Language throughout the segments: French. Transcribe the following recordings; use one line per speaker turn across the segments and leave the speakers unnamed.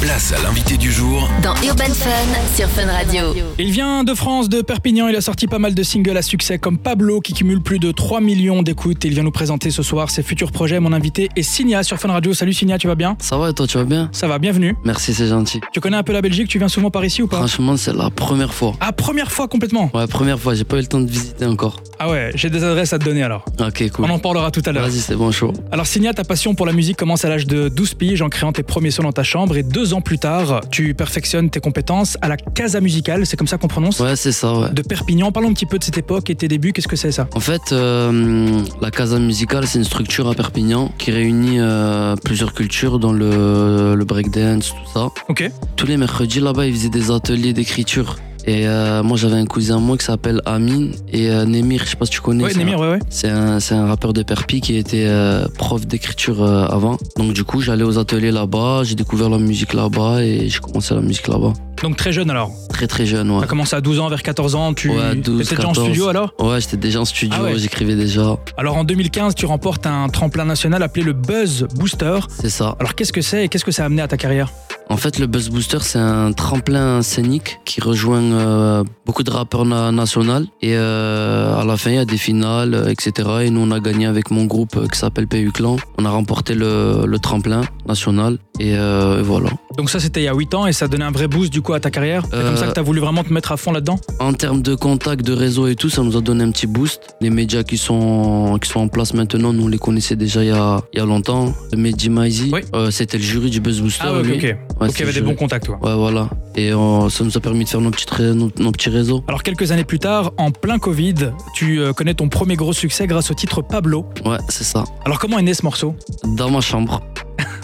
Place à l'invité du jour
Dans Urban Fun sur Fun Radio.
Il vient de France, de Perpignan, il a sorti pas mal de singles à succès comme Pablo qui cumule plus de 3 millions d'écoutes. Il vient nous présenter ce soir ses futurs projets. Mon invité est Signa sur Fun Radio. Salut Signa, tu vas bien
Ça va et toi, tu vas bien
Ça va, bienvenue.
Merci, c'est gentil.
Tu connais un peu la Belgique, tu viens souvent par ici ou pas
Franchement, c'est la première fois.
Ah, première fois complètement
Ouais, première fois, j'ai pas eu le temps de visiter encore.
Ah ouais, j'ai des adresses à te donner alors.
Ok,
On
cool.
en parlera tout à l'heure.
Vas-y, c'est bon, chaud.
Alors Signa, ta passion pour la musique commence à l'âge de 12 piges en créant tes premiers sons dans ta chambre et deux ans plus tard, tu perfectionnes tes compétences à la Casa Musicale, c'est comme ça qu'on prononce
Ouais, c'est ça, ouais.
de Perpignan. Parlons un petit peu de cette époque et tes débuts. Qu'est-ce que c'est ça
En fait, euh, la Casa Musicale, c'est une structure à Perpignan qui réunit euh, plusieurs cultures dans le, le breakdance, tout ça.
Ok.
Tous les mercredis, là-bas, ils faisaient des ateliers d'écriture. Et euh, moi, j'avais un cousin, moi, qui s'appelle Amine et euh, Nemir, je sais pas si tu connais.
Ouais,
c'est un-
Némir, ouais, ouais.
C'est un, c'est un rappeur de Perpi qui était euh, prof d'écriture euh, avant. Donc du coup, j'allais aux ateliers là-bas, j'ai découvert la musique là-bas et j'ai commencé la musique là-bas.
Donc très jeune alors.
Très très jeune, ouais.
T'as commencé à 12 ans, vers 14 ans. Tu
Ouais, 12,
étais déjà en
14.
studio alors
Ouais, j'étais déjà en studio,
Ah ouais.
j'écrivais déjà.
Alors en 2015, tu remportes un tremplin national appelé le Buzz Booster.
C'est ça.
Alors qu'est-ce que c'est et qu'est-ce que ça a amené à ta carrière
En fait, le Buzz Booster, c'est un tremplin scénique qui rejoint euh, beaucoup de rappeurs na- nationaux. Et euh, à la fin, il y a des finales, euh, etc. Et nous, on a gagné avec mon groupe euh, qui s'appelle PU Clan. On a remporté le, le tremplin national. Et, euh, et voilà.
Donc ça, c'était il y a 8 ans et ça donnait un vrai boost du coup à ta carrière. C'est comme
Euh,
ça que t'as voulu vraiment te mettre à fond là-dedans
En termes de contacts, de réseau et tout, ça nous a donné un petit boost. Les médias qui sont, qui sont en place maintenant, nous on les connaissait déjà il y a, il y a longtemps. Mehdi Maizi,
Oui.
euh, c'était le jury du Buzz Booster.
Ah ouais, ok,
lui.
ok.
Ouais,
Donc
c'est
il y avait
le
des
jury.
bons contacts, toi.
Ouais, voilà. Et euh, ça nous a permis de faire nos petits, ré- nos, nos petits réseaux.
Alors quelques années plus tard, en plein Covid, tu euh, connais ton premier gros succès grâce au titre Pablo.
Ouais, c'est ça.
Alors comment est né ce morceau
Dans ma chambre.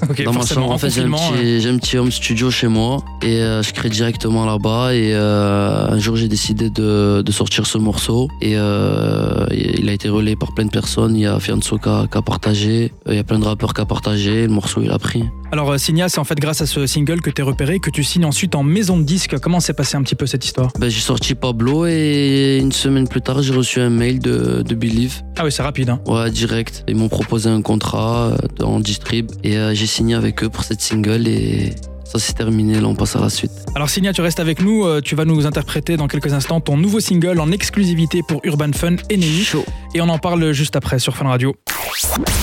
Ok,
Dans ma
forcément, hein.
chambre, en fait, j'ai un,
confinement,
petit- j'ai un petit home studio chez moi. Et euh, je crée directement là-bas. Et euh, un jour, j'ai décidé de, de sortir ce morceau. Et euh, il a été relayé par plein de personnes. Il y a Fianso qui a, qui a partagé. euh, Il y a plein de rappeurs qui a partagé. Le morceau, il a pris.
Alors euh, Signa, c'est en fait grâce à ce single que t'es repéré que tu signes ensuite en maison de disque. Comment s'est passée un petit peu cette histoire
Ben, j'ai sorti Pablo. Et une semaine plus tard, j'ai reçu un mail de, de Believe.
Ah oui, c'est rapide. Hein.
Ouais, direct. Ils m'ont proposé un contrat euh, en distrib. Et euh, j'ai signé avec eux pour cette single. Et ça, c'est terminé. Là, on passe à la suite.
Alors Signa, tu restes avec nous. euh, tu vas nous interpréter dans quelques instants ton nouveau single en exclusivité pour Urban Fun et Nenny.
Chaud.
Et on en parle juste après sur Fun Radio.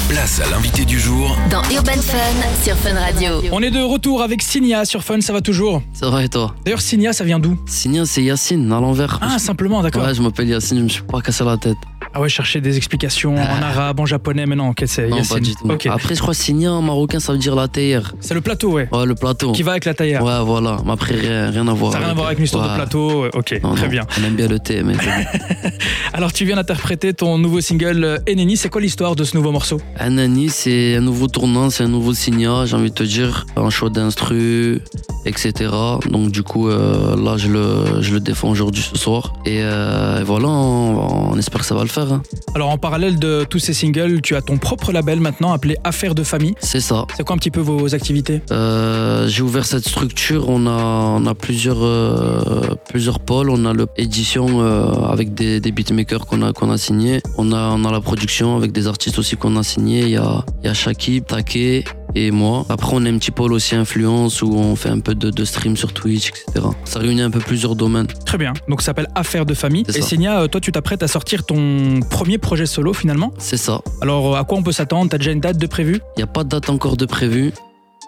Place à l'invité du jour
Dans Urban Fun sur Fun Radio.
On est de retour avec Signa sur Fun, ça va toujours.
Ça va et toi
D'ailleurs, Signa, ça vient d'où
Signé, c'est Yacine, à l'envers.
Ah, simplement, d'accord.
ouais, je m'appelle Yacine, je me suis pas cassé la tête.
Ah ouais, chercher des explications en arabe, en japonais, mais non, ok, c'est
Non,
Yassine.
pas du tout. Ah.
Ok.
Après, je crois signé en marocain, ça veut dire la théière.
C'est le plateau, ouais,
Ouais, le plateau.
qui va avec la taillère.
Ouais, voilà. Mais après, rien, rien à voir.
Ça n'a rien à voir avec une histoire de
Ouais.
plateau, euh, ok,
Non,
très
non,
bien.
On aime bien le thé, mais c'est bon.
Alors tu viens d'interpréter ton nouveau single euh, Eneni, c'est quoi l'histoire de ce nouveau morceau
Anani, c'est un nouveau tournant, c'est un nouveau signal, j'ai envie de te dire. Un choix d'instru, etc. Donc, du coup, euh, là, je le, je le défends aujourd'hui, ce soir. Et, euh, et voilà, on, on espère que ça va le faire. hein.
Alors en parallèle de tous ces singles, tu as ton propre label maintenant appelé Affaires de famille.
C'est ça.
C'est quoi un petit peu vos activités
Euh, j'ai ouvert cette structure. On a, on a plusieurs, euh, plusieurs pôles. On a l'édition euh, avec des, des beatmakers qu'on a, qu'on a signé. On a, on a la production avec des artistes aussi qu'on a signé. Il y a, il y a Shakib, Take et moi. Après, on a un petit pôle aussi influence où on fait un peu de, de stream sur Twitch, etc. Ça réunit un peu plusieurs domaines.
Très bien, donc ça s'appelle Affaires de famille.
C'est
Et
ça.
Signa, euh, toi tu t'apprêtes à sortir ton premier projet solo finalement.
C'est ça.
Alors euh, à quoi on peut s'attendre T'as déjà une date de prévu
Il n'y a pas de date encore de prévu.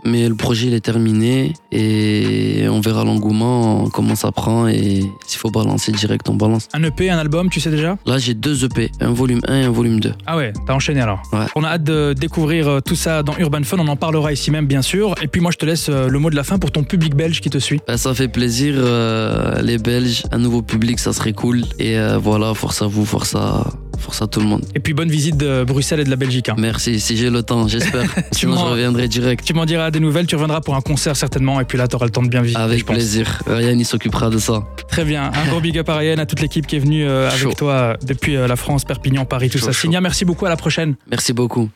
Mais le projet il est terminé et on verra l'engouement, comment ça prend et s'il faut balancer direct, on balance.
Un EP, un album, tu sais déjà
Là, j'ai deux EP, un volume 1 et un volume 2.
Ah ouais, t'as enchaîné alors.
Ouais.
On a hâte de découvrir euh, tout ça dans Urban Fun, on en parlera ici même bien sûr. Et puis moi je te laisse euh, le mot de la fin pour ton public belge qui te suit.
Ben, ça fait plaisir, euh, les Belges, un nouveau public, ça serait cool. Et euh, voilà, force à vous, force à, force à tout le monde.
Et puis bonne visite de Bruxelles et de la Belgique. hein.
Merci, si j'ai le temps, j'espère. Sinon, je
m'en-
reviendrai direct.
Tu m'en diras des nouvelles, tu reviendras pour un concert certainement, et puis là t'auras le temps de bien vivre. je
Avec
pense.
plaisir. Ryan, il s'occupera de ça.
Très bien. Un gros big up à Ariane, à toute l'équipe qui est venue euh, avec
Chaud.
toi euh, depuis euh, la France, Perpignan, Paris, tout
Chaud,
ça.
chaud.
Signa, merci beaucoup. À la prochaine.
Merci beaucoup.